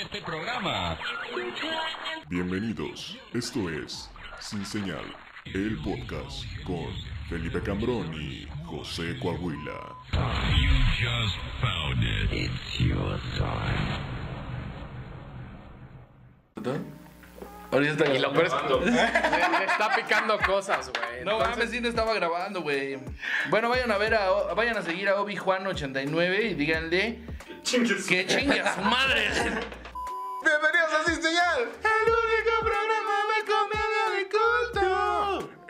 este programa. Bienvenidos, esto es Sin Señal, el podcast con Felipe Cambrón y José Coahuila. You just found it. It's your time. Ahorita está Y lo grabando. peor es que le, le está picando cosas, güey. No Entonces, mames, sí, no estaba grabando, güey. Bueno, vayan a ver a O- vayan a seguir a Obi Juan 89 y díganle Chingues. que chingue a su madre. Bienvenidos a Sin Señal, el único programa de comedia de culto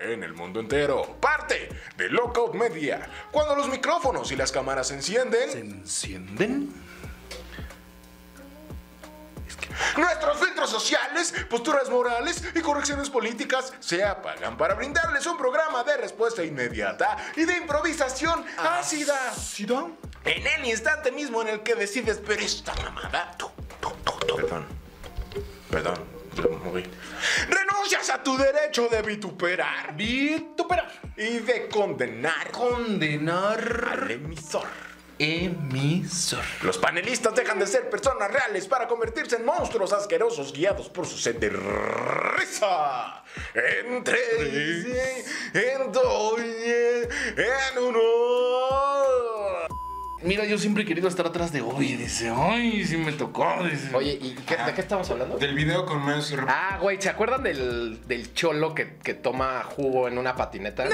en el mundo entero. Parte de Lockout Media. Cuando los micrófonos y las cámaras se encienden, ¿Encienden? nuestros filtros sociales, posturas morales y correcciones políticas se apagan para brindarles un programa de respuesta inmediata y de improvisación ácida. En el instante mismo en el que decides ver esta mamada. tú, tú, tú, tú. Perdón. Perdón. lo moví. Renuncias a tu derecho de vituperar Vitupera. y de condenar Condenar al emisor. emisor. Los panelistas dejan de ser personas reales para convertirse en monstruos asquerosos guiados por su sed de risa. Entre en doñe, en uno. Mira, yo siempre he querido estar atrás de Obi. Dice, ay, sí me tocó. Dice, Oye, ¿y qué- de qué estamos hablando? Ah, Del video con más rep- Ah, güey, ¿se acuerdan del, del cholo que, que toma jugo en una patineta? Ah,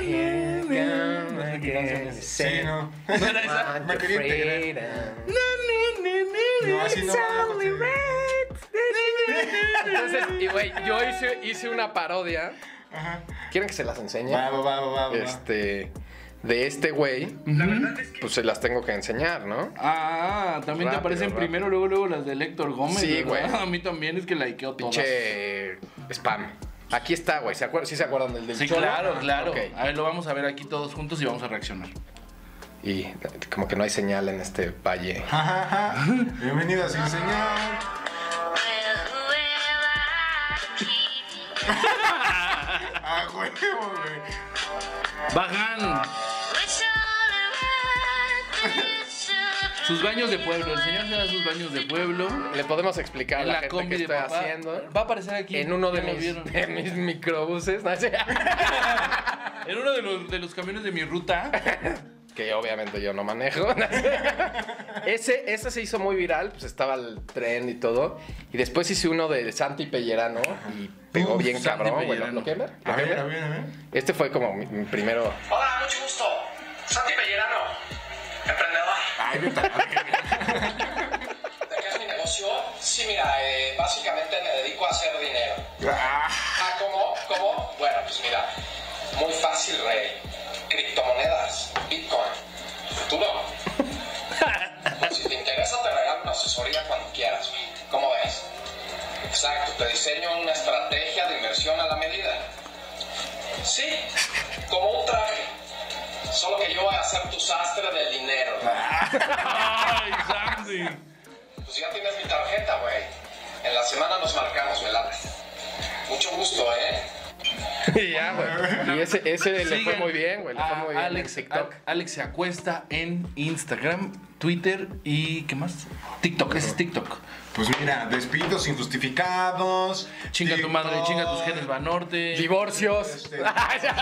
yeah, come again, Sí, say no. ¿No era esa? want Me your quería integrar. freedom. No, así no. no, sí. Entonces, y güey, yo hice, hice una parodia. ¿Quieren que se las enseñe? Va, va, va, va, va, va. Este. De este güey. Pues se las tengo que enseñar, ¿no? Ah, también te Rápido, aparecen rápido. primero, luego, luego las de Héctor Gómez. Sí, ¿verdad? güey. A mí también es que likeo todas. Pinche spam. Aquí está, güey. ¿Se acuer- ¿Sí se acuerdan del del Sí, cholo? claro, claro. Ok. A ver, lo vamos a ver aquí todos juntos y vamos a reaccionar. Y como que no hay señal en este valle. Ajá, ajá. Bienvenido a Sin Señal. Ah, huevo, güey. Bajan sus baños de pueblo. El señor se da sus baños de pueblo. Le podemos explicar a En la, la gente combi que de estoy papá. haciendo. Va a aparecer aquí. En uno de Ya lo mis, vieron. de mis microbuses, ¿no? En uno de los, de los camiones de mi ruta. que obviamente yo no manejo. Ese, ese se hizo muy viral, pues estaba el tren y todo. Y después hice uno de Santi Pellerano y pegó Uf, bien Santi cabrón. Bueno, Pellerano. ¿lo quieren ver? ¿Lo A quieren ver, ver? a ver, a ver. Este fue como mi, mi primero. Hola, mucho gusto. Santi Pellerano, emprendedor. Ay, yo también. ¿De qué es mi negocio? Sí, mira, eh, básicamente me dedico a hacer dinero. Ah, Ah, ¿cómo? ¿Cómo? Bueno, pues mira, muy fácil, rey. Criptomonedas, Bitcoin, futuro. Pues si te interesa, te regalo una asesoría cuando quieras. ¿Cómo ves? Exacto, te diseño una estrategia de inversión a la medida. Sí, como un traje. Solo que yo voy a ser tu sastre del dinero. Ay, Sandy. Pues ya tienes mi tarjeta, güey. En la semana nos marcamos, me late. Mucho gusto, ¿eh? Y ya, güey. Y ese, ese le fue Siguen muy bien, güey. Le fue a muy bien. en Alex, TikTok. a- Alex se acuesta en Instagram, Twitter y ¿qué más? TikTok, ese es TikTok. Pues mira, despidos injustificados. Chinga tu madre, TikTok, chinga tus genes Banorte. Divorcios. este, divorcios,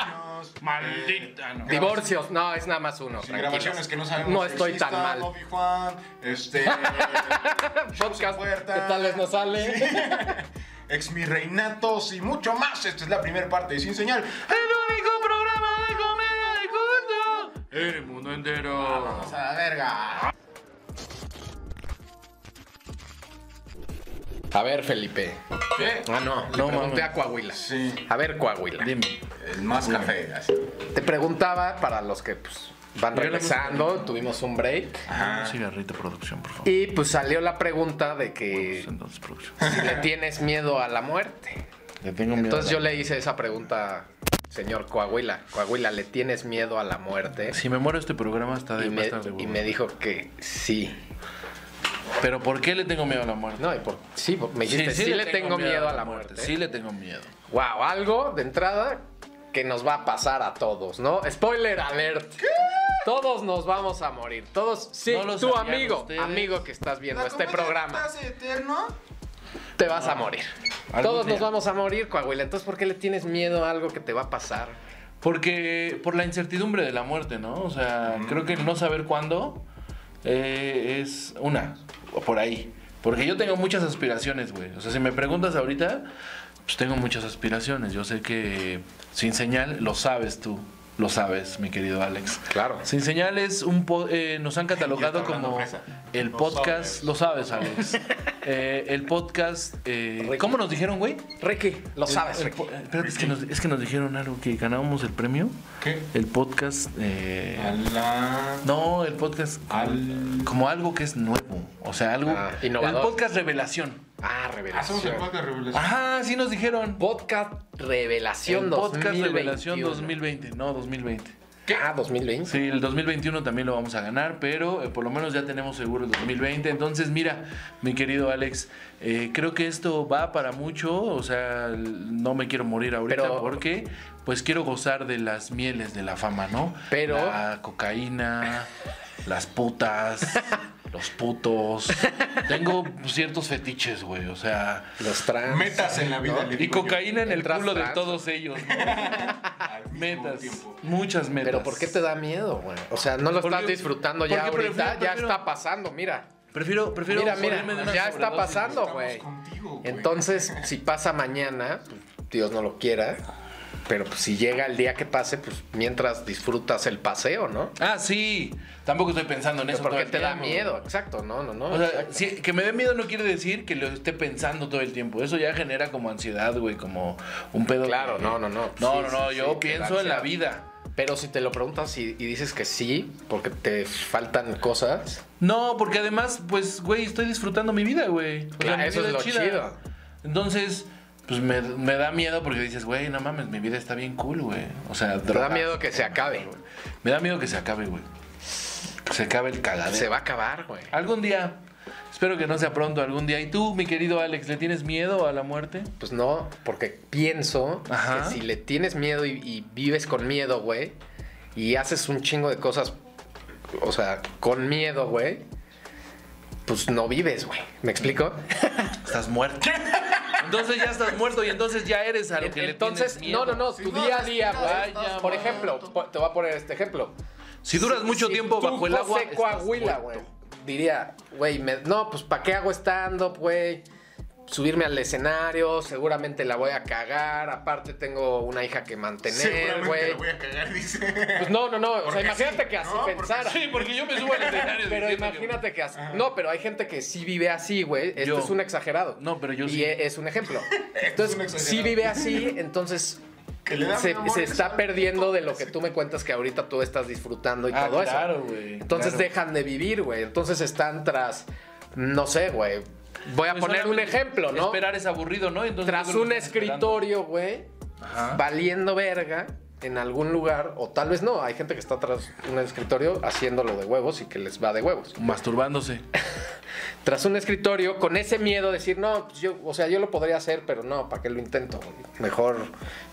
Maldita, ah, eh, no. Divorcios, no, es nada más uno. Sin tranquilos. grabaciones que no sabemos. No si estoy existan, tan mal. Obi Juan, este. Podcast puerta. que tal vez no sale. Ex mi reinatos y mucho más. Esta es la primera parte de Sin Señal. El único programa de comedia de culto en el mundo Ah, entero. Vamos a la verga. A ver, Felipe. ¿Qué? Ah, no, no pregunté a Coahuila. Sí. A ver, Coahuila. Dime. El más café. así. Te preguntaba para los que pues, van Yo le puse regresando, tuvimos un break. Un cigarrito, producción, por favor. Y pues salió la pregunta de que Entonces, producción. si le tienes miedo a la muerte. Le tengo miedo. Entonces yo le hice esa pregunta, señor Coahuila. Coahuila, ¿le tienes miedo a la muerte? Si me muero este programa está de Y me, bastante y huevo. me dijo que sí. Pero ¿por qué le tengo miedo a la muerte? No, y por, sí, por- me dijiste, sí, le tengo miedo a la muerte. Sí le tengo miedo. Wow, algo de entrada que nos va a pasar a todos, ¿no? Spoiler alert. Todos nos vamos a morir. Todos, sí, No lo tu sabían amigo, ustedes. amigo que estás viendo La este comedia programa, te hace eterno? te vas a morir. Algún Todos nos día. vamos a morir, Coahuila. Entonces, ¿por qué le tienes miedo a algo que te va a pasar? Porque por la incertidumbre de la muerte, ¿no? O sea, creo que el no saber cuándo eh, es una, o por ahí. Porque yo tengo muchas aspiraciones, güey. O sea, si me preguntas ahorita, pues tengo muchas aspiraciones. Yo sé que Sin Señal lo sabes tú. Lo sabes, mi querido Alex. Claro. Sin Señal es un po- eh, nos han Ya catalogado está hablando como fresa. el Lo podcast, lo sabes, Alex. Eh, el podcast, eh, Ricky. ¿cómo nos dijeron, güey? Ricky, lo El- sabes, el Ricky. po- eh, espérate, es que, nos, es que nos dijeron algo, que ganábamos el premio. ¿Qué? El podcast. eh, A la... no, el podcast. Al- Como algo que es nuevo. O sea, algo. Ah, innovador. El podcast revelación. Ah, Hacemos el revelación. podcast de revelación. Ajá, sí nos dijeron. Podcast Revelación El 2020. podcast revelación 2020. No, 2020. Ah, 2020. Sí, el 2021 también lo vamos a ganar, pero eh, por lo menos ya tenemos seguro el 2020. Entonces, mira, mi querido Alex, eh, creo que esto va para mucho. O sea, l- no me quiero morir ahorita Pero- porque, pues, quiero gozar de las mieles de la fama, ¿no? Pero- La cocaína, las putas, los putos. Tengo ciertos fetiches, güey. O sea, Los trans. Ah, Metas en la vida. le y digo yo, cocaína en el Entras culo de trans. todos ellos. al mismo Metas, tiempo. muchas metas. Pero ¿por qué te da miedo, güey? O sea, no lo Porque- estás disfrutando ya porque ahorita. prefiero- ya prefiero- está pasando, mira. Prefiero, prefiero Mira, mira, morirme de una ya está sobredosis, güey. pasando, Estamos güey. contigo, güey. Entonces, si pasa mañana, pues, Dios no lo quiera. Pero pues, si llega el día que pase, pues mientras disfrutas el paseo, ¿no? Ah, sí. Tampoco estoy pensando en eso. todo Porque el te da tiempo. miedo, exacto, no, no, no. O sea, exacto. sí, que me dé miedo no quiere decir que lo esté pensando todo el tiempo. Eso ya genera como ansiedad, güey, como un pedo. Claro, que- no, no, no. No, Sí, no, sí, no, sí, yo que pienso en ansiedad. la vida. Pero si te lo preguntas y, y dices que sí, porque te faltan cosas, No, porque además, pues, güey, estoy disfrutando mi vida, güey. O Claro, mi eso vida es lo chido. Entonces, pues me, me da miedo porque dices, güey, no mames, mi vida está bien cool, güey. O sea, te da miedo que se acabe. Me da miedo que se acabe, güey. Que se acabe el cagadero. Se va a acabar, güey. Algún día. Espero que no sea pronto, algún día. ¿Y tú, mi querido Alex, le tienes miedo a la muerte? Pues no, porque pienso Ajá. que si le tienes miedo y, y vives con miedo, güey, y haces un chingo de cosas, o sea, con miedo, güey, pues no vives, güey. ¿Me explico? Estás muerto. Entonces ya estás muerto y entonces ya eres a lo que Entonces, le tienes no, miedo. no, no, tu día a día, respiras, güey. estás Por muerto. ejemplo, po- te voy a poner este ejemplo. Si duras mucho Si tiempo tú, bajo el agua. José estás Coahuila, muerto. güey. Diría, güey, me- no, pues ¿para qué hago stand-up, güey? Subirme al escenario, seguramente la voy a cagar. Aparte, tengo una hija que mantener, Seguramente güey. la voy a cagar, dice. Pues no, no, no. O sea, Porque imagínate sí, que así ¿no? Porque pensara. Sí, porque yo me subo al escenario. Pero diciendo imagínate que así. No, pero hay gente que sí vive así, güey. Este Yo. es un exagerado. No, pero yo y sí. e- es un ejemplo. un Entonces, exagerado. sí vive así, entonces Que le da se, amor, se que está da- perdiendo de lo que tú me cuentas que ahorita tú estás disfrutando y Ah, todo claro, eso. güey, Entonces claro. dejan de vivir, güey. Entonces están tras, no sé, güey. Voy a Pues poner un solamente ejemplo, ¿no? Esperar es aburrido, ¿no? Entonces yo Tras creo un que están esperando. escritorio, güey, valiendo verga en algún lugar, o tal vez no, hay gente que está tras un escritorio haciéndolo de huevos y que les va de huevos. Masturbándose. Tras un escritorio, con ese miedo de decir, no, pues yo, o sea, yo lo podría hacer, pero no, ¿para qué lo intento? Mejor,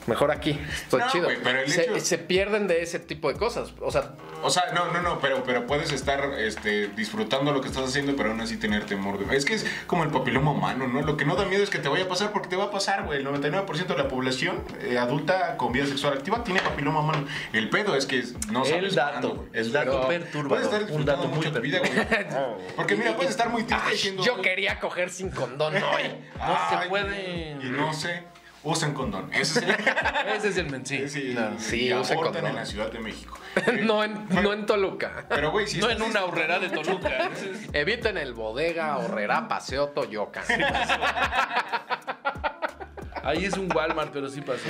mejor aquí, estoy No, chido. güey, pero el se, hecho- se pierden de ese tipo de cosas, o sea, O sea, no, no, no, pero, pero puedes estar este, disfrutando lo que estás haciendo, pero aún así tener temor. güey. Es que es como el papiloma humano, ¿no? Lo que no da miedo es que te vaya a pasar porque te va a pasar, güey. El 99% de la población eh, adulta con vida sexual activa tiene papiloma humano. El pedo es que es- no El sabes dato, cuándo, güey. el dato Pero perturbador, Puedes estar un disfrutando dato muy mucho tu vida, güey. Porque mira, puedes estar muy triste diciendo... yo quería coger sin condón hoy. No se "Ay, puede". Y no sé, usen condón. Ese es Ese es el men, sí. el... sí, claro. Sí, y usen abortan condón. en la Ciudad de México. no, en, no en Toluca. Pero, güey, si No estás en una horrera de Toluca. Ese es- Eviten el bodega, horrera, paseo, Toyoca. Ahí es un Walmart, pero sí pasó.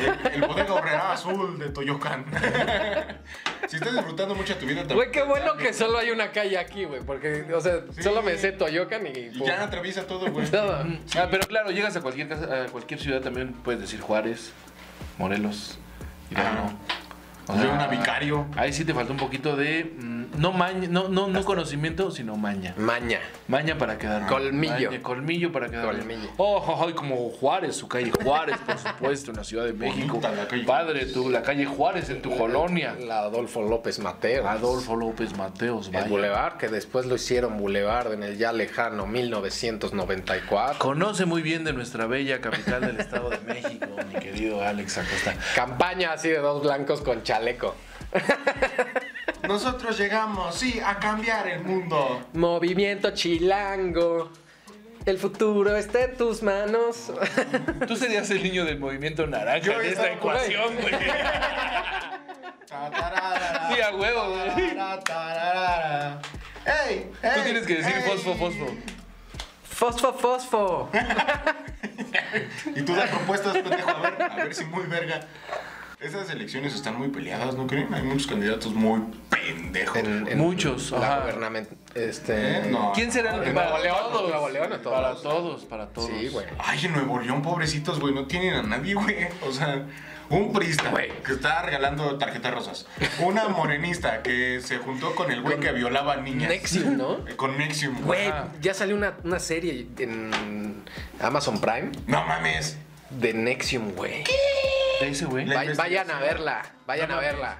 El, el bodega horrera azul de Toyocan. si estás disfrutando mucho tu vida, Güey, qué también- bueno que solo hay una calle aquí, güey. Porque, o sea, Sí. solo me sé Toyocan y. Y ya atraviesa todo, güey. Todo. Ah, pero claro, llegas a cualquier Ah. casa- a cualquier ciudad también puedes decir Juárez, Morelos, Hidalgo. O sea, Pues Yo una vicario. Ahí sí te faltó un poquito de. mm, No, maña, no, no, no conocimiento, sino maña. Maña. Maña para quedar. bien. Colmillo. Maña, colmillo para quedar. bien. Colmillo. Oh, oh, oh, y como Juárez, su calle Juárez, por supuesto, en la Ciudad de México. Bonita la calle Padre, tú, la calle Juárez en tu colonia. La Adolfo López Mateo. Adolfo López Mateos, El vaya. Boulevard, que después lo hicieron Boulevard en el ya lejano 1994. Conoce muy bien de nuestra bella capital del Estado de México, mi querido Alex Acosta. Campaña así de dos blancos con chaleco. Ah. Nosotros llegamos, sí, a cambiar el mundo. Movimiento chilango. El futuro está en tus manos. Tú serías el niño del movimiento naranja Yo en esta estaba por ahí. ecuación, güey. Sí, a huevo, güey. ¡Ey! Tú tienes que decir fosfo, fosfo. Fosfo, fosfo. Y tú das propuestas, pendejo, a ver, a ver si muy verga. Esas elecciones están muy peleadas, ¿no creen? Hay muchos candidatos muy pendejos. Muchos, La ajá. gubernamento. Este. ¿Eh? No. ¿Quién será el En para Nuevo León, todos? Nuevo León, a todos. Para todos, para todos. Sí, güey. Ay, en Nuevo León, pobrecitos, güey, no tienen a nadie, güey. O sea, un prista Güey. que está regalando tarjetas rosas. Una morenista que se juntó con el güey que violaba niñas. Nexium, ¿no? Eh, Con Nexium. Güey, Ajá. ya salió una, una serie en Amazon Prime No mames. de Nexium, güey. ¿De ese güey? La- Va- vayan a investigación. verla, vayan No a mames. verla.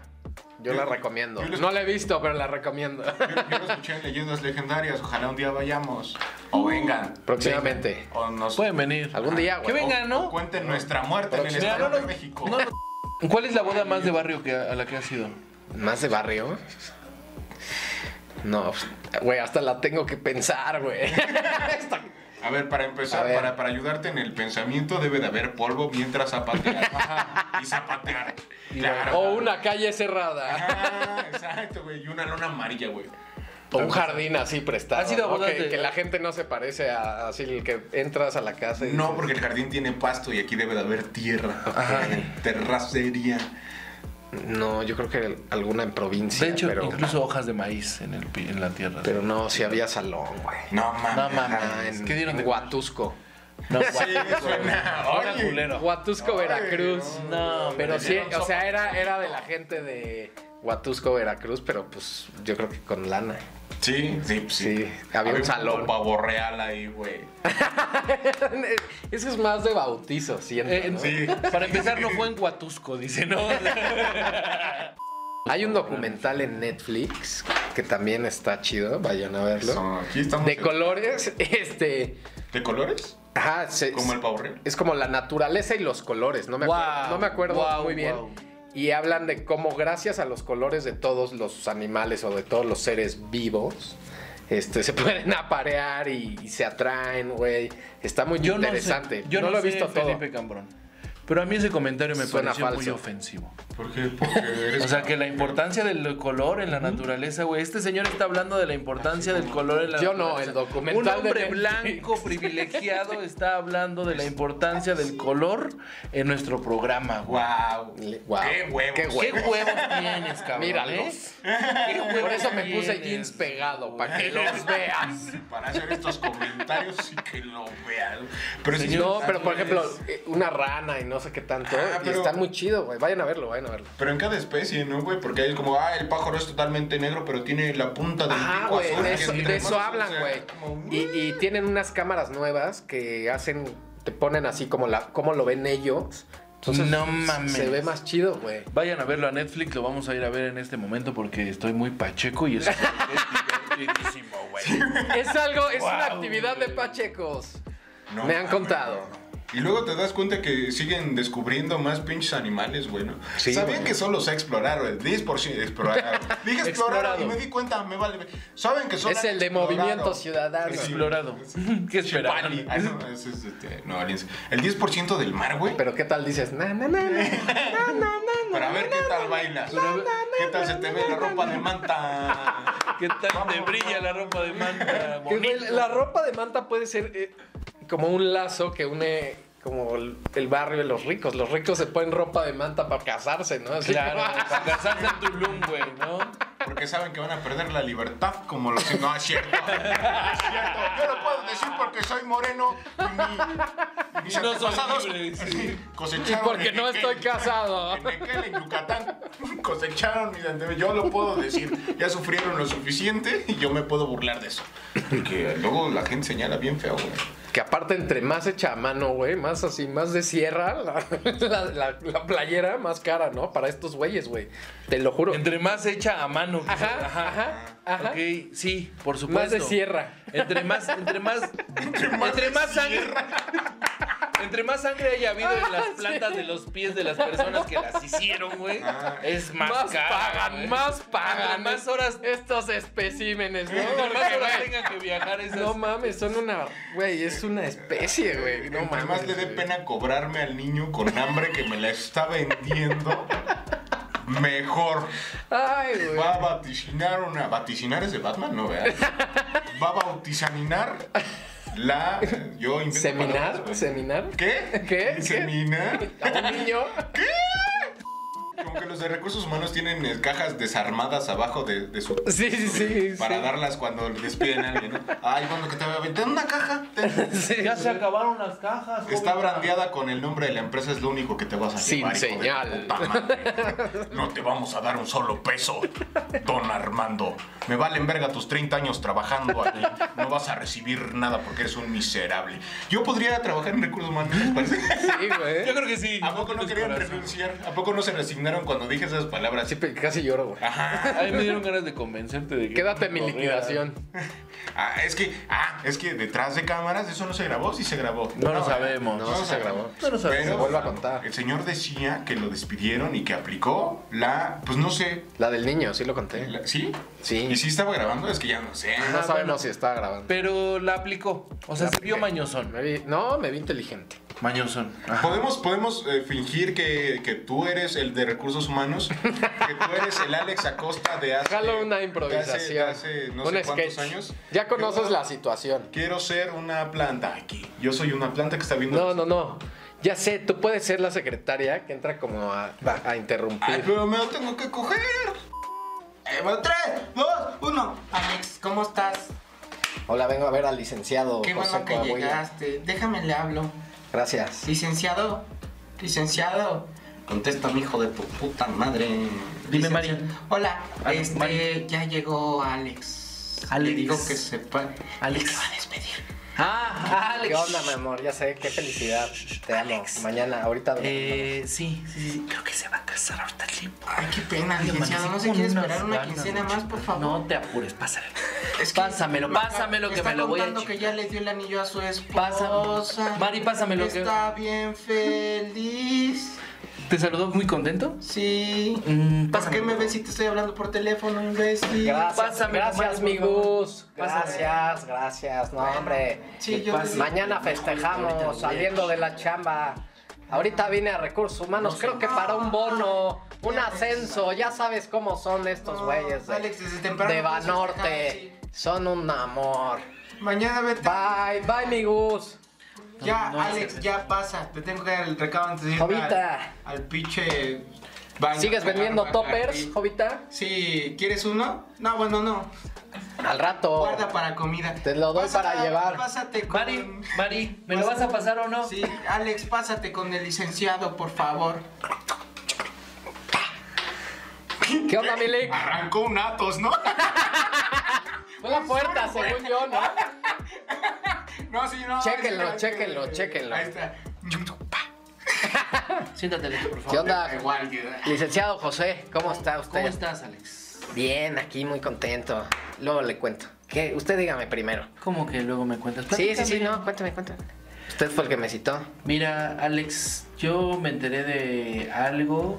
Yo Yo- la recomiendo. yo les- No la he visto, pero la recomiendo. Yo, yo lo escuché en leyendas legendarias. Ojalá un día vayamos. O vengan. Próximamente. O nos. Pueden venir. Algún día, Ah, güey. Que vengan, o Pues, ¿no? cuenten nuestra muerte en el Próximo. Mira, Estado no de lo- México. no lo- ¿Cuál es la boda más de barrio que, a la que has ido? ¿Más de barrio? No, pues, güey, hasta la tengo que pensar, güey. Está- A ver, para A empezar, ver. Para, para ayudarte en el pensamiento, debe de haber polvo mientras zapatear. y zapatear. Claro. O una calle cerrada. Ah, exacto, güey. Y una lona amarilla, güey. O un jardín así prestado. ¿Has ido a ¿no? bodas que, de- que la gente no se parece a así el que entras a la casa y No, dices, porque el jardín tiene pasto y aquí debe de haber tierra. Eh, Terracería. No, yo creo que alguna en provincia. De hecho, pero, incluso hojas de maíz en, el, pi- en la tierra. pero no, si había salón, güey. No mames. No mames. Ah, en, ¿Qué dieron de en Huatusco. No, Sí, suena. Ahora Oye. culero. Huatusco, Veracruz. No, Pero sí, dieron o sea, era, era de la gente de Huatusco, Veracruz, pero pues yo creo que con lana. Sí, sí, pues sí. Sí, había un salón. puto pavo real ahí, güey. Eso es más de bautizo, siento. Eh, ¿no? Sí. Para empezar, no fue en Huatusco, dice, ¿no? Hay un documental en Netflix que también está chido, vayan a verlo. Eso, aquí estamos. De colores, este. ¿De colores? Ajá, se- Como el pavo real. es como la naturaleza y los colores, no me acuerdo, Guau, no me acuerdo guau, muy bien. guau. Y hablan de cómo gracias a los colores de todos los animales o de todos los seres vivos, este, se pueden aparear y, y se atraen, güey. Está muy Yo no sé- interesante. yo no, lo he sé, visto todo. Felipe Cambrón. Pero a mí ese comentario me Suena pareció muy falso. ofensivo. ¿Por qué? Porque eres. O sea, que la importancia del color en la naturaleza, güey. Este señor está hablando de la importancia del color en la Yo no, naturaleza. el documental Un hombre de Netflix. blanco privilegiado está hablando de la importancia del color en nuestro programa, güey. Wow. Le- guau. Qué huevos. Qué ¿Qué huevos. huevos tienes, cabrón? Míralos. eh? ¿Qué huevos Por eso me puse tienes, jeans pegado, para que güey? los veas. Para hacer estos comentarios y que lo vean. Pero si No, pero por ejemplo, eh, una rana y no sé qué tanto. Ah, y pero- está muy chido, güey. Vayan a verlo, vayan a verlo. Pero en cada especie, ¿no, güey? Porque hay como, ah, el pájaro es totalmente negro, pero tiene la punta del Ajá, pico güey, azul. de que eso, entre de eso más hablan, azul sea, güey. como, mm, Y, y tienen unas cámaras nuevas que hacen, te ponen así como la, como lo ven ellos. Entonces No mames. se ve más chido, güey. Vayan a verlo a Netflix, lo vamos a ir a ver en este momento porque estoy muy pacheco y eso es divertidísimo, güey. Es algo, es una Wow, actividad de güey. pachecos. No Me han mames. contado. Y luego te das cuenta que siguen descubriendo más pinches animales, güey, ¿no? Sí, ¿Sabían güey. que solo se exploraron? El 10% exploraron. Dije exploraron Explorado. y me di cuenta, me vale. ¿Saben que solo Es el de exploraron? Movimiento Ciudadano. Sí. Explorado. ¿Qué esperaban? Chipali. Ah, no, es, es, este, no, aliens. El 10% del mar, güey. Pero qué tal dices, na, na, na, na, na, na, na, Para ver qué tal bailas. ¿Qué tal se te ve la ropa de manta? ¿Qué tal te brilla la ropa de manta? Que, güey, Bonito. La ropa de manta puede ser eh, como un lazo que une como el, el barrio de los ricos. Los ricos se ponen ropa de manta para casarse, ¿no? Así ¡Ah! Claro, como- para casarse en Tulum, güey, ¿no? Porque saben que van a perder la libertad como los... No, es cierto. Es cierto. Yo lo puedo decir porque soy moreno y mi, Y no soy Pasados. libre, sí. Cosecharon. Porque en no Ekel. estoy casado. En Ekel, en Yucatán. Cosecharon mis anteojos. Yo lo puedo decir. Ya sufrieron lo suficiente y yo me puedo burlar de eso. Porque luego la gente señala bien feo, güey. Que aparte, entre más hecha a mano, güey, más así, más de sierra, la, la- la- la playera más cara, ¿no? Para estos güeyes, güey. Te lo juro. Entre más hecha a mano. que- Ajá, ajá, ajá. Ok, sí, por supuesto. Más de sierra. Entre más, entre más, entre más, sangre. Entre más sangre haya habido en las plantas de los pies de las personas que las hicieron, güey, es más, Más cara, güey. pagan, más pagan. Entre más horas, Estos especímenes, ¿no? entre más Porque, horas güey, tengan que viajar esas. No mames, son una. Güey, es una especie, güey. No mames. Además le dé güey. pena cobrarme al niño con hambre que me la está vendiendo. Mejor. Ay, güey. Va a vaticinar una. ¿Vaticinar es de Batman? No, vean. Va a bautizaninar la. Yo invento palabras, ¿Seminar? güey. ¿Seminar? ¿Qué? ¿Qué? ¿Qué? ¿Seminar? ¿A un niño? Como que los de recursos humanos tienen eh, cajas desarmadas abajo de, de su. Sí, sí, sí. Para sí. darlas cuando le despiden a alguien, ¿no? Ay, cuando que te voy a aventar una caja. Ten. Sí, Ya sí. se acabaron las cajas. joven. Está brandeada con el nombre de la empresa, es lo único que te vas a Sin llevar. hijo de señal. puta madre. No te vamos a dar un solo peso, don Armando. Me valen verga tus 30 años trabajando aquí. No vas a recibir nada porque eres un miserable. Yo podría trabajar en recursos humanos, ¿les parece? Sí, Yo güey. creo que sí. ¿A poco no querían renunciar? ¿A poco no se resignaron cuando dije esas palabras? Sí, pe- casi lloro, güey. A mí me dieron ganas de convencerte de que. Quédate mi Correa. liquidación. Ah, es que, ah, es que detrás de cámaras eso no se grabó, sí se grabó. No lo sabemos. No, sí se grabó. No lo sabemos. Pero- Se vuelve a contar. El señor decía que lo despidieron y que aplicó la, pues no sé, La del niño, sí lo conté. la- ¿sí? Sí. ¿Y sí estaba grabando? Es que ya no sé. No bueno. sabemos si estaba grabando. Pero la aplicó. O sea, La se vio apliqué. Me mañosón. vi- no, me vi inteligente. Mañosón. Podemos, podemos eh, fingir que, que tú eres el de recursos humanos, que tú eres el Alex Acosta de hace... Jalo una de improvisación. hace- de hace no un sé sketch. cuántos años. Ya conoces Yo la situación. Quiero ser una planta aquí. Yo soy una planta que está viendo... No, no, no. Ya sé, tú puedes ser la secretaria que entra como a, a Ay, interrumpir. pero me lo tengo que coger. Eh, bueno, tres, dos, uno. Alex, ¿cómo estás? Hola, vengo a ver al licenciado Qué José bueno que Coahuila. llegaste. Este, Déjame le hablo. Gracias. Licenciado, licenciado. Contesta mi hijo de tu puta madre. Dime, Licenciado. Mari. Hola, Ah, no, este, Mari. ya llegó Alex. Alex. Le digo que sepa. Alex. ¿Qué va a despedir? Ah, ¿Qué onda, mi amor? Ya sé, qué felicidad. Te amo. Mañana, ahorita. Eh, Eh, sí, sí, sí. Creo que se va a casar ahorita el Ay, qué pena, licenciado. No amanecí se con quiere unas esperar una ganas, quincena más, por favor. No te apures, pásale. Es pásamelo, Maca pásamelo, que está me lo voy a contando echar. que ya le dio el anillo a su Pásamelo. esposa. Mari, pásamelo, que- Está bien feliz. ¿Te saludó muy contento? Sí. Mm, ¿Por qué pásamelo. me ves si te estoy hablando por teléfono, imbécil? Gracias, Pásame, gracias, Mario, por favor. amigos. Pásame. Gracias, gracias. No, hombre. Sí, yo Pas- te- Mañana festejamos saliendo de la chamba. Ahorita vine a recursos humanos, creo que para un bono, un ascenso. Ya sabes cómo son estos No, güeyes de, Alex, desde temprano de puedes Banorte. festejar, Son un amor. Mañana vete. Bye, bye, amigos. Ya, No, no, Alex, no. ya pasa. Te tengo que dar el recado antes de ir Jovita. Al, al pinche baño. ¿Sigues vendiendo toppers, Jovita? Sí, ¿quieres uno? No, bueno, no. Al Oh. rato. Guarda para comida. Te lo doy para llevar. Pásate con... Mari, Mari, ¿me lo vas a pasar o no? Sí, Alex, pásate con el licenciado, por favor. ¿Qué onda, Milik? Arrancó un Atos, ¿no? Fue la puerta, según yo, ¿no? No, sí, no. Chéquenlo, sí, chéquenlo, eh, chéquenlo. Ahí está. Siéntate, Alex, por favor. ¿Qué onda? Igual, que- Licenciado José, ¿cómo está usted? ¿Cómo estás, Alex? Bien, aquí muy contento. Luego le cuento. ¿Qué? Usted dígame primero. ¿Cómo que luego me cuentas? Sí, sí, sí, Platícame. no, cuéntame, cuéntame. Usted fue el que me citó. Mira, Alex, yo me enteré de algo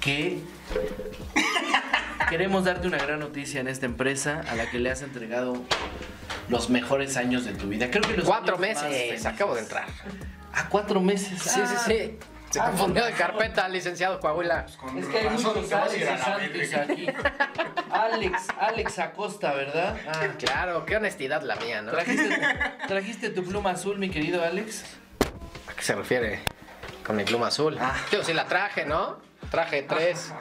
que queremos darte una gran noticia en esta empresa a la que le has entregado los mejores años de tu vida. Creo que los Cuatro años más meses, felices. acabo de entrar. A cuatro meses. Sí, sí, Ah, sí. Se Ah, confundió con de razón. carpeta, licenciado Coahuila. Ah, Es que hay muchos te vas a Alex ir a la y Santis verga. aquí. Alex, Alex Acosta, ¿verdad? Ah, claro, qué honestidad la mía, ¿no? ¿A ¿Trajiste, trajiste tu pluma azul, mi querido Alex. qué se refiere? Con mi pluma Ah. azul. Yo sí la traje, ¿no? Traje tres.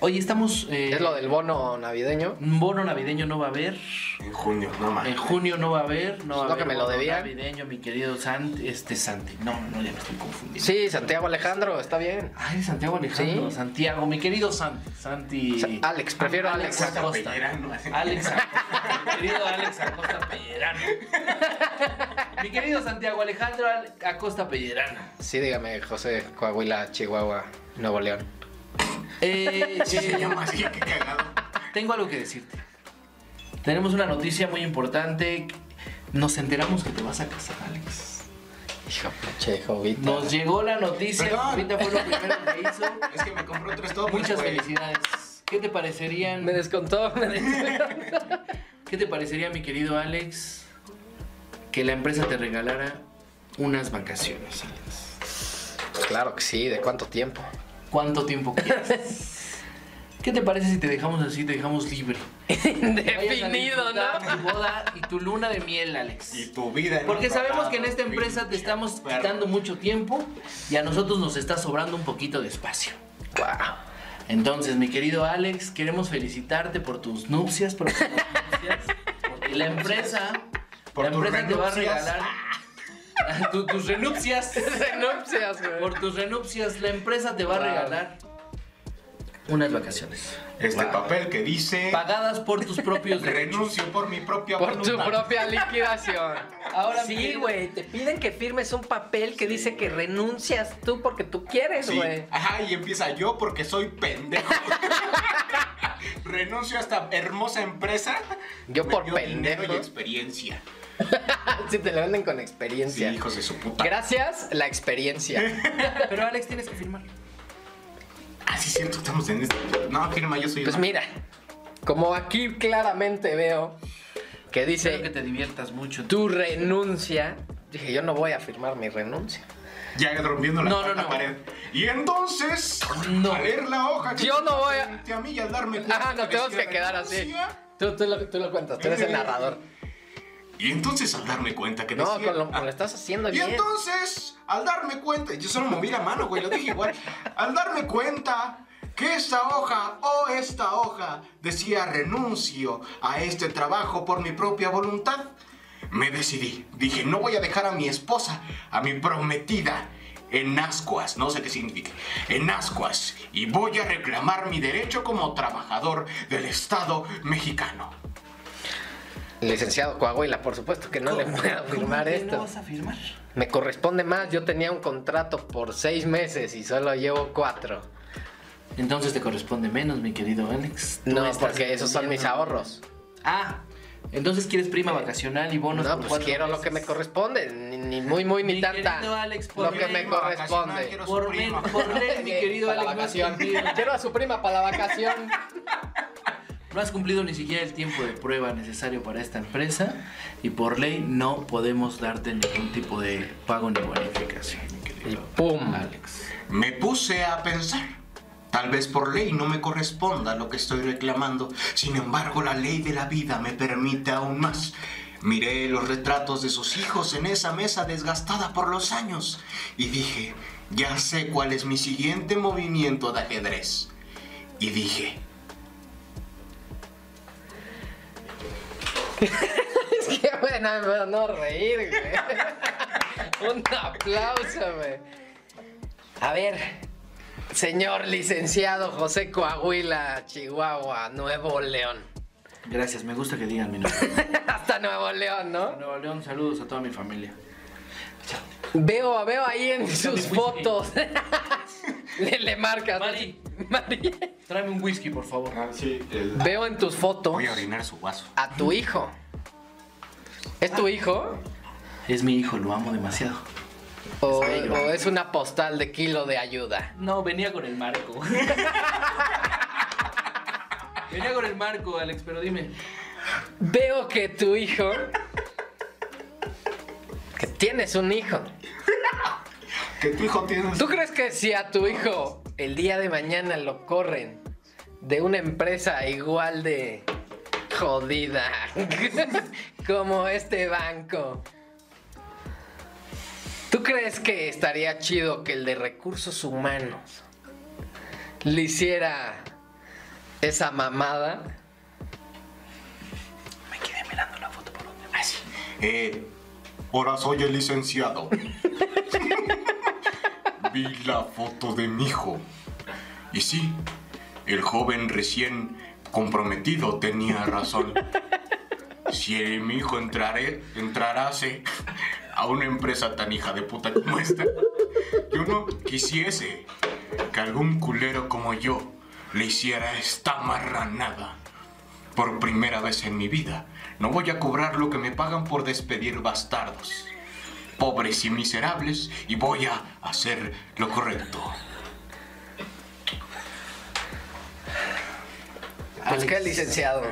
Oye, estamos. eh, Es lo del bono navideño. Bono navideño no va a haber. En junio, no En mames. junio no va a haber. No va a No, haber que me lo bono debían. navideño, mi querido Santi. Este Santi. No, no, ya me estoy confundiendo. Sí, Santiago Alejandro, está bien. Ay, Santiago Alejandro. Sí. Santiago, mi querido Santi. Santi. Sa- Alex, prefiero a Alex. Acosta. Pellerano. Alex Acosta. mi querido Alex Acosta Pellerano. mi querido Santiago Alejandro Al- Acosta Pellerano. Sí, dígame, José Coahuila, Chihuahua, Nuevo León. Eh, Sí, eh, se llama así, qué cagado. Tengo algo que decirte. Tenemos una noticia muy importante. Nos enteramos que te vas a casar, Alex. Hijo, che, Jovita. Nos llegó la noticia. Perdón. Ahorita fue lo primero que hizo. Es que me compró tres topos, Muchas güey. felicidades. ¿Qué te parecerían? Me descontó, me descontó. ¿Qué te parecería, mi querido Alex, que la empresa te regalara unas vacaciones, Alex? claro que sí, ¿de cuánto tiempo? ¿Cuánto tiempo quieres? ¿Qué te parece si te dejamos así, te dejamos libre? Vayas a Indefinido, ¿no? disfrutar Tu boda y tu luna de miel, Alex. Y tu vida. en Porque otro sabemos lado, que en esta empresa te pinche estamos perro. quitando mucho tiempo y a nosotros nos está sobrando un poquito de espacio. Wow. Entonces, mi querido Alex, queremos felicitarte por tus nupcias, por tus nupcias. Y la empresa, Por la tus empresa te va a renupcias. regalar tu- tus renupcias. Renupcias, güey. Por tus renupcias, la empresa te va a Wow. regalar unas vacaciones Este papel que dice. pagadas por tus propios derechos. Renuncio por mi propia Por tu voluntad. propia liquidación. Ahora, mi Sí, querido- güey, te piden que firmes un papel que dice que renuncias tú porque tú quieres, Sí. güey. Ajá, y empieza yo porque soy pendejo. Renuncio a esta hermosa empresa. Yo Me por dio dinero pendejo. Y experiencia. Si te lo venden con Sí, experiencia. hijos de su puta. Gracias, la experiencia. Pero Alex, tienes que firmar. Ah, sí, es cierto, estamos en esto. No, firma, yo soy Pues el- mira, como aquí claramente veo que Espero que dice te diviertas mucho. en tu tu renuncia, dije yo no voy a firmar mi renuncia. Ya rompiendo la No, no, cuarta no. pared. Y entonces, a leer la hoja que Yo no voy a- frente a mí y al darme cuenta. Ah, nos tenemos que decía quedar así. renuncia, Tú, tú lo, tú lo cuentas, tú eres el narrador. eh, Y entonces al darme cuenta que No, decía- con lo, con lo estás haciendo Y bien. entonces, al darme cuenta, yo solo moví la mano, güey, lo dije igual. Al darme cuenta que esta hoja o esta hoja decía renuncio a este trabajo por mi propia voluntad, me decidí. Dije, no voy a dejar a mi esposa, a mi prometida. En ascuas, no sé qué significa. En ascuas. Y voy a reclamar mi derecho como trabajador del Estado mexicano. Licenciado Coahuila, por supuesto que no le puedo ¿Cómo firmar que esto. ¿No vas a firmar? Me corresponde más, yo tenía un contrato por seis meses y solo llevo cuatro. Entonces te corresponde menos, mi querido Alex. Tú No, estás porque esos son mis entendiendo. ahorros. Ah, entonces quieres prima vacacional y bonos No, por pues cuatro quiero lo meses. que me corresponde, ni, ni muy, muy, ni Mi querido tanta. Alex, lo por que me ley, vacacional, corresponde. quiero- Por Su ley, prima. por ley, mi Eh, querido para Alex, no has, la cumplido, vacación. Quiero a su prima para la vacación. no has cumplido ni siquiera el tiempo de prueba necesario para esta empresa y por ley no podemos darte ningún tipo de pago ni bonificación, mi querido Pum. Alex. Me puse a pensar. Tal vez por ley no me corresponda lo que estoy reclamando. Sin embargo, la ley de la vida me permite aún más. Miré los retratos de sus hijos en esa mesa desgastada por los años y dije, ya sé cuál es mi siguiente movimiento de ajedrez. Y dije, Es que, güey, no me puedo no reír, güey. Un aplauso, güey. A ver, señor licenciado José Coahuila, Chihuahua, Nuevo León. Gracias, me gusta que digan mi nombre. Hasta Nuevo León, ¿no? Nuevo León, saludos a toda mi familia. Veo, veo ahí en sus fuiste. fotos. le, le marcas. Mari. Mari. Tráeme un whisky, por favor. Ah. Veo en tus fotos voy a orinar su vaso. a tu hijo. ¿Es tu hijo? Es mi hijo, lo amo demasiado. ¿O, o es una postal de kilo de ayuda? No, venía con el marco. venía con el marco, Alex, pero dime. Veo que tu hijo. Que tienes un hijo. Que tu hijo tiene... ¿Tú crees que si a tu hijo el día de mañana lo corren de una empresa igual de jodida como este banco? ¿Tú crees que estaría chido que el de recursos humanos le hiciera esa mamada. Me quedé mirando la foto por donde. Así. Eh, ahora soy el licenciado. Vi la foto de mi hijo. Y sí, el joven recién comprometido tenía razón. Si el- mi hijo entrare, entrarase a una empresa tan hija de puta como esta, yo no quisiese que algún culero como yo le hiciera esta marranada. Por primera vez en mi vida, no voy a cobrar lo que me pagan por despedir bastardos, pobres y miserables, y voy a hacer lo correcto. Busca el Pues licenciado.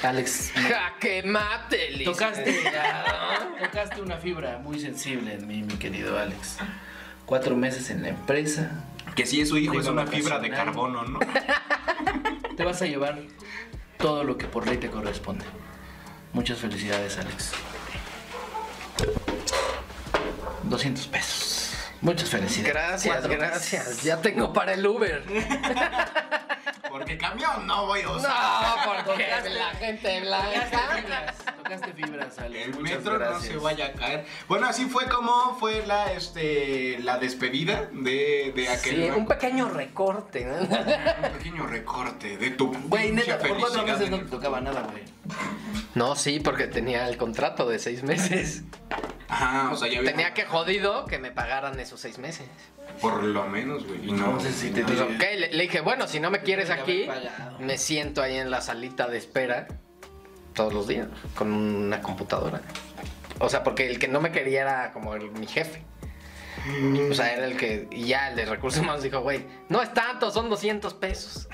Alex, Jaque mate, tocaste, ah, licenciado. tocaste una fibra muy sensible en mí, mi querido Alex. Cuatro meses en la empresa. Que si es su hijo, es una fibra de Ocasional. carbono, ¿no? Te vas a llevar todo lo que por ley te corresponde. Muchas felicidades, Alex. 200 pesos. Muchas felicidades. Gracias, Cuatro gracias. meses. Ya tengo para el Uber. Porque camión no voy a usar. No, porque la gente Tocaste blanca. fibras, tocaste fibras, Alex. El Muchas metro no gracias. se vaya a caer. Bueno, así fue como fue la, este, la despedida de, de aquel. Sí, un pequeño recorte. ¿no? un pequeño recorte de tu. Güey, neta, mucha por cuatro felicidad meses en no el- te tocaba nada, güey. No, sí, porque tenía el contrato de seis meses. Ajá, o sea, ya había- Tenía que jodido que me pagaran esos seis meses. Por lo menos, güey. y no. Entonces sí te Pues digo. ok, le, le dije, bueno, si no me quieres haber aquí, pagado. me siento ahí en la salita de espera todos los días con una computadora. O sea, porque el que no me quería era como el- mi jefe. Mm. O sea, era el que, y ya el de recursos humanos dijo, güey, no es tanto, son 200 pesos.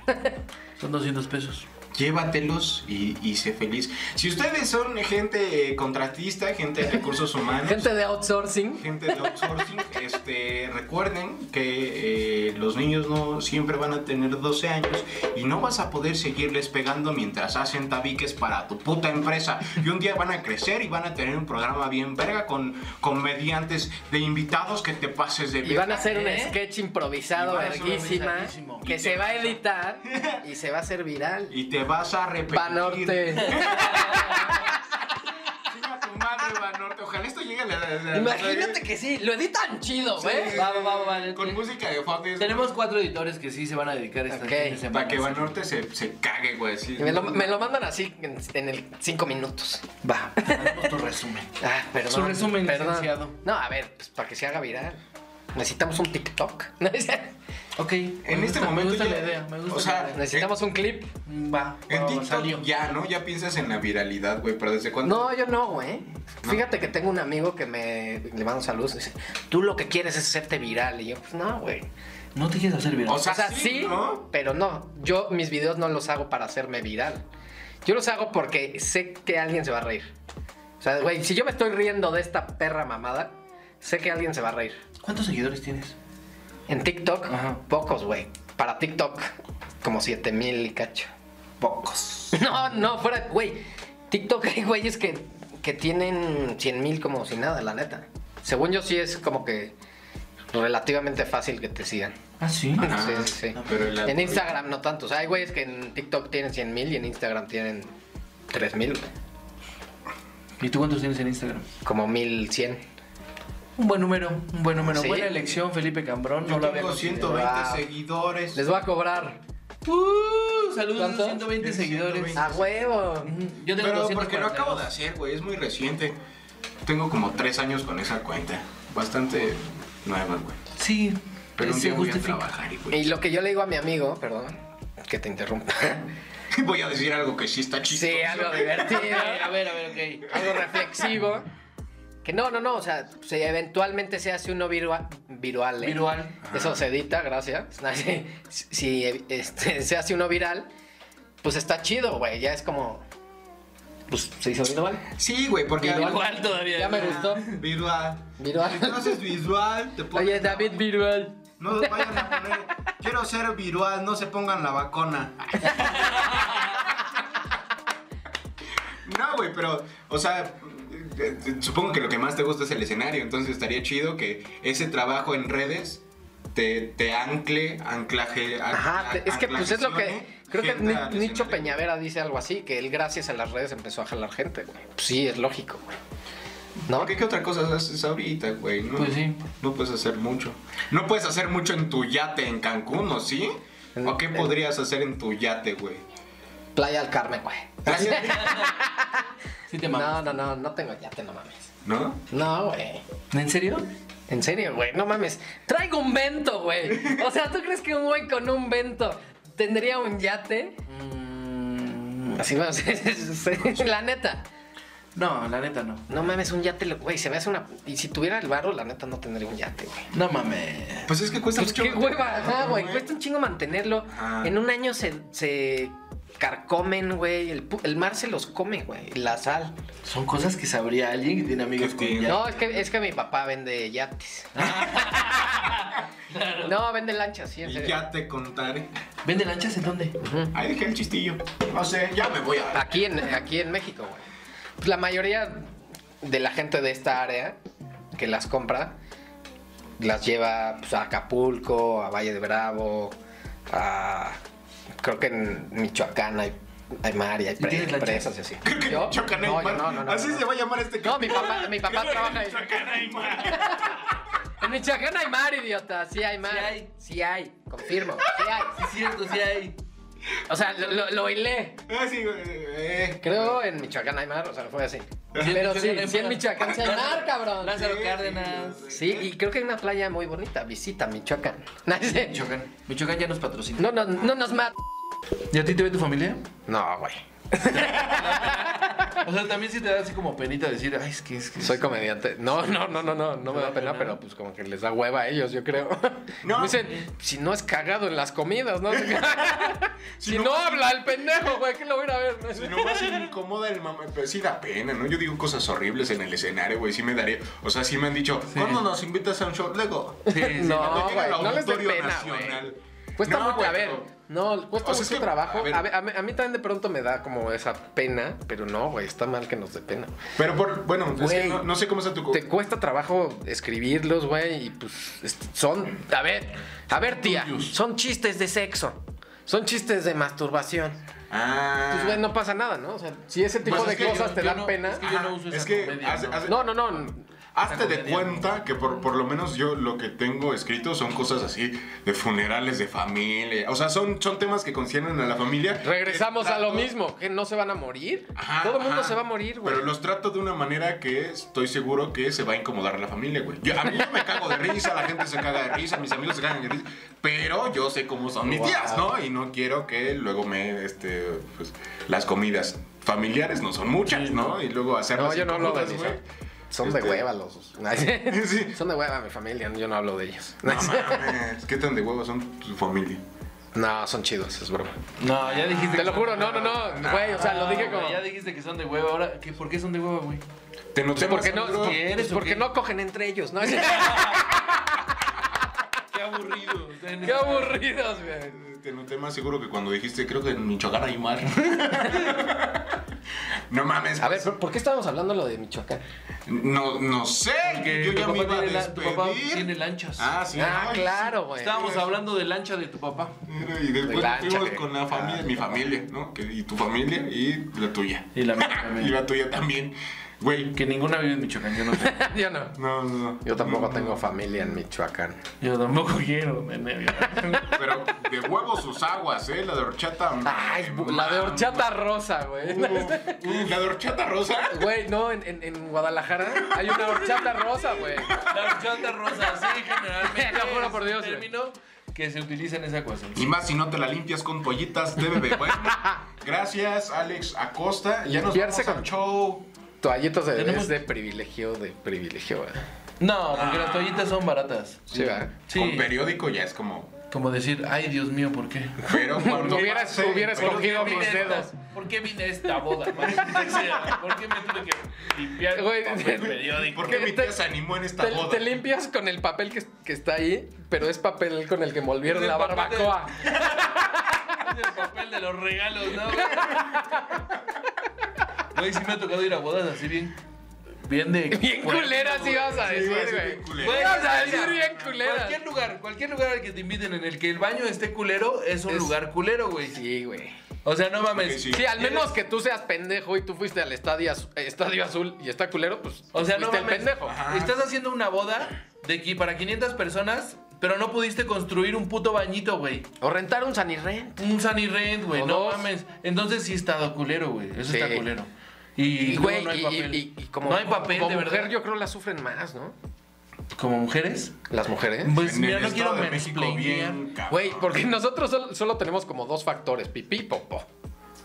Son 200 pesos. Llévatelos y, y sé feliz. Si ustedes son gente eh, contratista, gente de recursos humanos. Gente de outsourcing. gente de outsourcing, este, recuerden que eh, los niños no siempre van a tener 12 años y no vas a poder seguirles pegando mientras hacen tabiques para tu puta empresa. Y un día van a crecer y van a tener un programa bien verga con comediantes de invitados que te pases de Y van a verga. hacer un ¿Eh? sketch improvisado Y van a hacer un verguísima improvisadísimo. que Y se te va a vas a- editar y se va a hacer viral. Y te vas a arrepentir. Banorte. Chinga tu madre, Banorte. Ojalá esto llegue a la... a la- Imagínate que sí, lo editan chido, Sí, güey. Va, va, va, va. Con música de fondo. Tenemos cuatro editores que sí se van a dedicar esta Ok. fin de Para semana. que Banorte se, se cague, güey. así. Y Me lo, me lo mandan así en, en el cinco minutos. Va, hagamos tu resumen. Ah, perdón. Su resumen, perdón. licenciado. No, a ver, pues para que se haga viral. Necesitamos un TikTok. Ok. En este Me momento gusta ya- la idea, me gusta o sea, la idea. Necesitamos un clip. Mm, Va, En va, TikTok salió. ya, ¿no? Ya piensas en la viralidad, güey, pero ¿desde cuándo? No, yo no, güey. Fíjate que tengo un amigo que me le mando saludos. y Dice, tú lo que quieres es hacerte viral. Y yo, pues no, güey. No te quieres hacer viral. O sea, O sea, sí, sí, ¿no? pero no. Yo mis videos no los hago para hacerme viral. Yo los hago porque sé que alguien se va a reír. O sea, güey, si yo me estoy riendo de esta perra mamada, sé que alguien se va a reír. ¿Cuántos seguidores tienes? En TikTok, Ajá. pocos, güey. Para TikTok, como 7000 y cacho. Pocos. No, no, fuera, güey. TikTok hay güeyes que, que tienen 100,000 como si nada, la neta. Según yo, sí es como que relativamente fácil que te sigan. Ah, sí. Ajá. Sí, sí. No, pero el en algoritmo- Instagram no tanto. O sea, hay güeyes que en TikTok tienen 100,000 y en Instagram tienen 3000, güey. ¿Y tú cuántos tienes en Instagram? como 1100. Un buen número, un buen número. ¿Sí? Buena elección, Felipe Cambrón. Yo no lo había tengo considerado. 120 Wow. seguidores. Ah. Les voy a cobrar. Uh, saludos, ¿Cuánto? 120 seguidores. 120. A huevo. Ujú. Yo tengo Ah, Pero 242. porque lo acabo de hacer, güey, es muy reciente. Tengo como tres años con esa cuenta. Bastante nueva, güey. Sí, Pero un se día voy a justifica. trabajar y Y güey. lo que yo le digo a mi amigo, perdón, que te interrumpa. Voy a decir algo que sí está chistoso. Sí, algo divertido, A ver, a ver, ok. algo reflexivo. Que no, no, no, o sea, si eventualmente se hace uno virua- virual, ¿eh? Virual. Eso se edita, gracias. Si, si, este, se hace uno viral, pues está chido, güey. Ya es como. Pues se hizo virual. Sí, güey, porque... Virual todavía. Ya me gustó. Visual. Virual. Entonces visual, te pones Oye, la- David Virual. No vayan a poner. Quiero ser virual, no se pongan la vacuna. No, güey, pero, o sea, eh, eh, supongo que lo que más te gusta es el escenario, entonces estaría chido que ese trabajo en redes te, te ancle, anclaje. Ajá, ancla- te- es que pues es lo que. anclajeciones. Creo que ¿eh? Gente Ni- nacional. Nicho Peñavera dice algo así, que él gracias a las redes empezó a jalar gente, güey. Pues sí, es lógico, güey. ¿No? ¿Qué, qué otra cosa haces ahorita, güey? No, Pues sí. No puedes hacer mucho. No puedes hacer mucho en tu yate en Cancún, ¿o sí? ¿O qué podrías hacer en tu yate, güey? Playa al Carmen, güey. Sí te mamas. No, no, no, no tengo yate, no mames. ¿No? No, güey. ¿En serio? En serio, güey, no mames. Traigo un vento, güey. O sea, ¿tú crees que un güey con un vento tendría un yate? Mm, Así, bueno, sí, sí, sí, la neta. No, la neta no. No mames, un yate, lo- güey, se me hace una... Y si tuviera el barro, la neta no tendría un yate, güey. No mames. Pues es que cuesta Pues mucho. qué hueva, ajá, güey. ¿no? Cuesta un chingo mantenerlo. Ajá. En un año se, se carcomen, güey. El, pu- el mar se los come, güey. La sal. Son cosas que sabría alguien que tiene amigos Que con tiene. ya. No, es que, es que mi papá vende yates. No, vende lanchas, sí, en Ah. Y serio. ya te contaré. ¿Vende lanchas en dónde? Mm. Ahí dejé el chistillo. No sé, ya me voy a. Aquí en, aquí en México, güey. Pues la mayoría de la gente de esta área que las compra, las lleva pues, a Acapulco, a Valle de Bravo, a... Creo que en Michoacán hay, hay mar y hay pre- tienes lancha? presas y así. Creo que Yo- Michoacán no, hay yo mar. no, no, no, Así no. se va a llamar este No, mi papá, mi papá Creo que trabaja en en... Michoacán hay mar. En Michoacán hay mar, idiota. Sí hay mar. Sí hay. Sí hay. Confirmo. Sí hay. Sí, es cierto, sí hay. O sea, lo, lo, lo hilé. Ah, sí, güey, eh. Creo en Michoacán hay mar, o sea, fue así. en Pero sí, Michoacán hay sí en mar. Michoacán sí hay mar, cabrón. Lázaro Cárdenas. Sí, y creo que hay una playa muy bonita. Visita Michoacán. No, sí. Michoacán. Michoacán ya nos patrocina. No, no, no nos mata. ¿Y a ti te ve tu familia? No, güey. O sea, también sí te da así como penita decir, ay, es que es que. Soy comediante. No, no, no, no, no. No me da da pena, pena? pero pues como que les da hueva a ellos, yo creo. No. Me dicen, si no es cagado en las comidas, ¿no? si, no, habla el pendejo, güey, que lo voy a ir a ver. Pues Si nomás se incomoda el mamá, pero sí da pena, ¿no? Yo digo cosas horribles en el escenario, güey, sí me daría, o sea, sí me han dicho, ¿cuándo nos invitas a un show? Luego, Sí, sí, No, no. cuando llega al güey, no les dé Auditorio pena, Nacional. güey. Cuesta No, mucho, güey, a ver, pero- no, cuesta O sea, es mucho que, trabajo. a A, ver. ver, a mí, a mí también de pronto me da como esa pena, pero no, güey, está mal que nos dé pena. Pero por, bueno, es que Güey, no, no sé cómo está tu... co- Te cuesta trabajo escribirlos, güey, y pues est- son, a ver, a ver, tía, son chistes de sexo. Son chistes de masturbación. Ah. Pues, güey, no pasa nada, ¿no? O sea, si ese Este tipo Pues de es que cosas yo- te yo dan no- pena. es que yo no uso es esa que comedia, hace- ¿no? hace- No, no, no. Hazte de comedia. cuenta que por, por lo menos yo lo que tengo escrito son cosas así de funerales de familia. O sea, son, son temas que conciernen a la familia. Regresamos Que a lo trato- mismo, que no se van a morir. Ajá, Todo el mundo ajá. se va a morir, güey. Pero los trato de una manera que estoy seguro que se va a incomodar a la familia, güey. Yo- a mí yo me cago de risa, la gente se caga de risa, mis amigos se cagan de risa. Pero yo sé cómo son mis tías, ¿no? Y no quiero que luego me, este, pues, las comidas familiares no son muchas, ¿no? Y luego hacerlas No, yo no hablo de incómodas, mis güey. Son de Este- hueva los. Sí. Son de hueva mi familia, yo no hablo de ellos. No mames, Eh, ¿qué tan de huevos son tu familia? No, son chidos, es broma. No, ya dijiste. Te lo juro, no, no, no, güey, o sea, lo dije como. Ah, Ya dijiste que son de hueva ahora. ¿qué- ¿Por qué son de hueva, güey? Te noté Porque más no, seguro. ¿Quieres pues o porque qué? no cogen entre ellos, ¿no? Qué aburrido. Qué aburridos, güey. Te noté más seguro que cuando dijiste, creo que en Michoacán hay mar. no mames. A ver, ¿por por qué estábamos hablando lo de Michoacán? No, no sé. yo tu ya papá me iba a tiene la- tu papá despedir. tiene lanchas. Ah, sí. Ah, ay, claro, güey. Estábamos hablando de lancha de tu papá. Mira, Y después Lancha, fuimos güey. con la familia, mi familia, ¿no? Que- Y tu familia y la tuya. Y la mía también. y la tuya también. Güey. Que ninguna vive en Michoacán, yo no sé. Yo no. No, no, no. Yo tampoco tengo familia en Michoacán. Yo tampoco quiero, me nervio. Pero de huevos sus aguas, ¿eh? La de horchata. Ay, bu- la de horchata rosa, güey. Uh, La de horchata rosa. Güey, no, en, en- en Guadalajara hay una horchata rosa, güey. La horchata rosa, sí, generalmente. Te lo juro es por un Dios, güey. término que se utiliza en esa ecuación. Y más si no te la limpias con toallitas de bebé. Bueno, gracias, Alex Acosta. Ya nos vamos Limpiarse al con- show. Toallitas de bebés Tenemos- de privilegio, de privilegio, güey. No, porque las toallitas son baratas. Sí, ¿verdad? Sí. Con periódico ya es como. Como decir, ay, Dios mío, ¿por qué? Pero cuando Hubieras- pase el hubieras periódico- cogido- ¿Por qué Digo, mis vine a dedos. esta- ¿Por qué vine a esta boda? maldita sea? ¿Por qué me tuve que limpiar Güey, con papel periódico? ¿Por qué mi Te- tía se animó en esta Te, boda? te limpias con el papel que, que está ahí, pero es papel con el que envolvieron Es el la papel de- barbacoa. Es el papel de los regalos, ¿no? Güey, Güey, sí me ha tocado ir a bodas así bien bien de. Bien culeras ibas a decir, a decir bien güey. culeras. Güey, Ibas a decir mira, bien culeras. Cualquier lugar, cualquier lugar al que te inviten en el que el baño esté culero es un Es- lugar culero, güey. Sí, güey. O sea, no mames. Ok, sí. Sí, al ¿Quieres- menos que tú seas pendejo y tú fuiste al estadio, az- eh, estadio azul y está culero, pues O sea, no fuiste el mames. pendejo. Estás haciendo una boda de aquí para 500 personas, pero no pudiste construir un puto bañito, güey. O rentar un sanirrent. Un sunny rent, güey. O No dos. mames. Entonces sí está culero, güey. Eso Sí. está culero. Y, Y, luego güey, no hay y- papel. y- y como, no hay papel, como de mujer verdad. yo creo la sufren más, ¿no? Como mujeres. Las mujeres. Pues En mira, el no quiero Estado de México, mansplainear. bien cabrón. Güey, porque nosotros sol- solo, tenemos como dos factores, pipí y popó.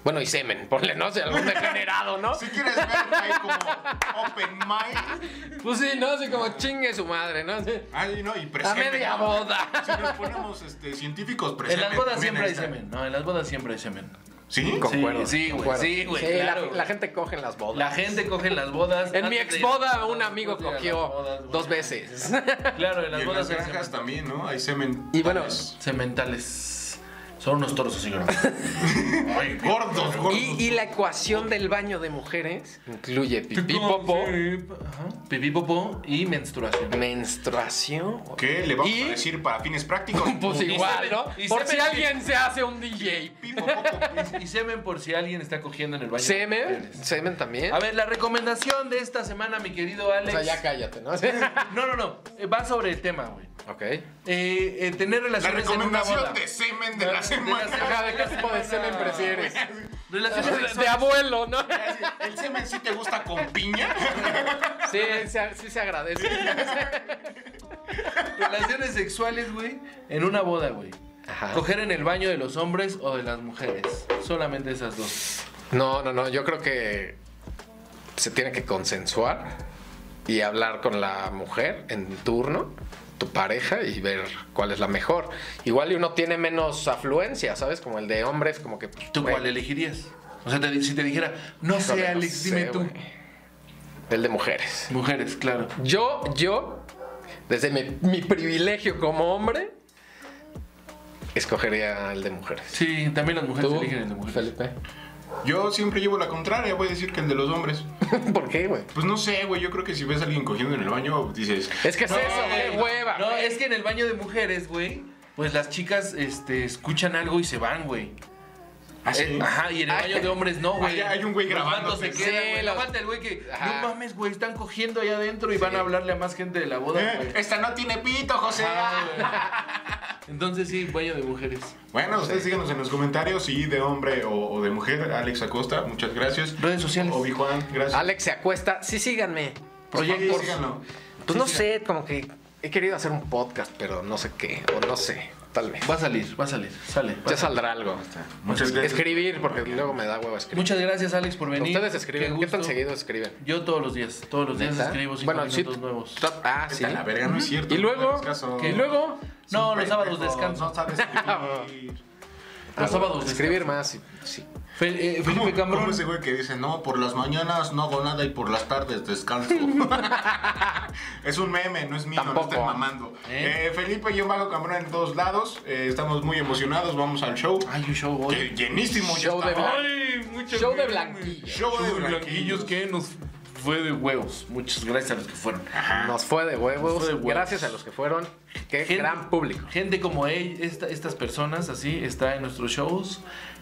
Bueno, y semen, ponle, no sé, algún degenerado, ¿no? Si quieres ver, güey, como open mind. Pues sí, no, así como chingue su madre, ¿no? Así, Ay, no, y a presente. media ¿no? boda. Si nos ponemos este, científicos En Pues presentes. las bodas siempre hay semen. No, en las bodas siempre hay semen. ¿Sí? Sí, Concuerdo, sí, güey, concuerdo. sí, güey, Sí, la- claro, la, güey. gente coge en las bodas. La gente coge en las bodas. en antes mi de ex ir a las boda bodas, un amigo antes de ir a las cogió bodas, güey. dos veces. Claro, en Y las en las bodas hay granjas semen. también, ¿no? Hay semen. Y bueno, Sementales. Son unos toros así grandes. Ay, gordos, gordos. Y, y la ecuación del baño de mujeres incluye pipí, popó, Ajá. Pipí popó y menstruación. menstruación. ¿Qué le vamos y- a decir para fines prácticos? Pues igual, semen- ¿no? y Por semen si que- alguien se hace un DJ. Pipo, popo, Y semen por si alguien está cogiendo en el baño. Semen, semen también. A ver, la recomendación de esta semana, mi querido o Alex. sea, ya cállate, ¿no? No, no, no. Eh, Va sobre el tema, güey. ok. Eh, eh, tener La relaciones en una boda. recomendación de semen de la semana. Ajá, ¿de qué tipo de semen prefieres? Relaciones De sexuales. abuelo, ¿no? ¿El semen sí te gusta con piña? Sí, se- sí se agradece. Relaciones sexuales, güey, en una boda, güey. Ajá. Coger en el baño de los hombres o de las mujeres. Solamente esas dos. No, no, no. Yo creo que se tiene que consensuar y hablar con la mujer en turno, tu pareja, y ver cuál es la mejor. Igual y uno tiene menos afluencia, ¿sabes? Como el de hombres, como que. pues, ¿Tú güey, cuál elegirías? O sea, te- si te dijera, no híjole, sé, no Alex, sé, dime tú. güey. El de mujeres. Mujeres, claro. Yo, yo, desde mi, mi privilegio como hombre, escogería el de mujeres. Sí, también las mujeres ¿Tú, eligen el de mujeres. Felipe? Yo siempre llevo la contraria, voy a decir que el de los hombres. ¿Por qué, güey? Pues no sé, güey, yo creo que si ves a alguien cogiendo en el baño, dices... Es que es eso, güey, qué hueva. No, es que en el baño de mujeres, güey, pues las chicas este, escuchan algo y se van, güey. Así. Eh, Ajá, y en el Ah. baño de hombres no, güey. Allá hay un güey Los grabando, vatos se sí, quedan, güey. los- Aguanta el güey que, Ajá. no mames, güey, están cogiendo allá adentro y van a hablarle a más gente de la boda, "Eh, güey. Esta no tiene pito, José. Entonces sí, baño de mujeres. Bueno, ustedes díganos en los comentarios si de hombre o, o de mujer. Alex Acosta, muchas gracias. Redes sociales. Obi Juan, gracias. Alex se acuesta. Sí, síganme. Proyectos. Por- Pues no sé, como que he querido hacer un podcast, pero no sé qué, o no sé, tal vez. Va a salir, va a salir, sale. va a salir. Ya saldrá algo. Muchas gracias. Escribir, porque luego me da huevo escribir. Muchas gracias, Alex, por venir. Ustedes Qué escriben, ¿qué gusto. tan seguido escriben? Yo todos los días, todos los días ¿Neta? escribo cinco Bueno, sí, minutos nuevos. tra- Ah, sí. Vete a la verga, no es cierto. Y no luego, hagas caso. y luego, No, los Pendejo, sábados descanso. No sabes escribir. Los sábados escribir descanso. más. y- sí. Fel- eh, ¿Cómo- Felipe cómo Cambrón. ese güey que dice, no, por las mañanas no hago nada y por las tardes descanso? es un meme, no es mío, Tampoco. no estén mamando. ¿Eh? Eh, Felipe y yo, Mago Cambrón, en todos lados. Eh, estamos muy emocionados, vamos al show. Ay, un show hoy. Que llenísimo ya Ah, Show de estaba. blan- Show de blanquillo. Show de blanquillos. que nos fue de huevos. Muchas gracias a los que fueron. Nos fue de Nos huevos. fue de huevos. Gracias a los que fueron. Qué Gente- gran público. Gente como él, esta- estas personas así, está en nuestros shows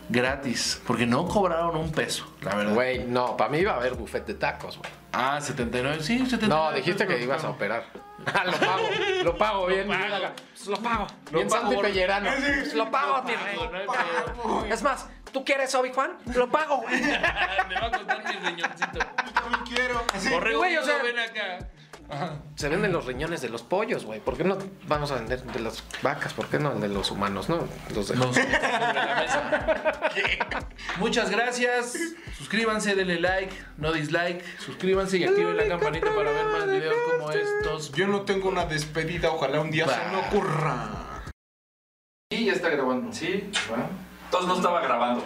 gratis. Porque no cobraron un peso, la verdad. Güey, no, para mí iba a haber buffet de tacos, güey. Ah, 79. Sí, 79. No, dijiste que ibas a operar. Ah, lo pago, lo pago bien. pago. bien, Pues Lo pago. Lo Bien pago, Santi gordo. Pellerano. Lo pago, mi rey. No hay pedo. Es más, ¿tú quieres Obi-Juan? Lo pago, güey. Me va a costar mi riñoncito. Yo también quiero. Correo, Güey, o sea- ven acá. Se venden los riñones de los pollos, güey. ¿Por qué no vamos a vender de las vacas? ¿Por qué no el de los humanos? No, los de No, sobre la mesa. Muchas gracias. Suscríbanse, denle like, no dislike. Suscríbanse y activen la campanita para ver más videos como estos. Yo no tengo una despedida, ojalá un día se me ocurra. Y ya está grabando. Sí. Entonces no estaba grabando.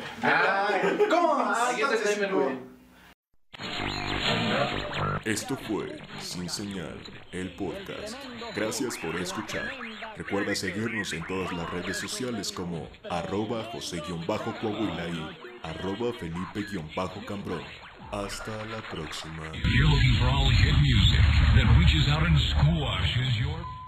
Esto fue Sin Señal, el podcast. Gracias por escuchar. Recuerda seguirnos en todas las redes sociales como arroba José-Coahuila y arroba Felipe-Cambrón. Hasta la próxima. If you're looking for all hit music that reaches out and squashes your...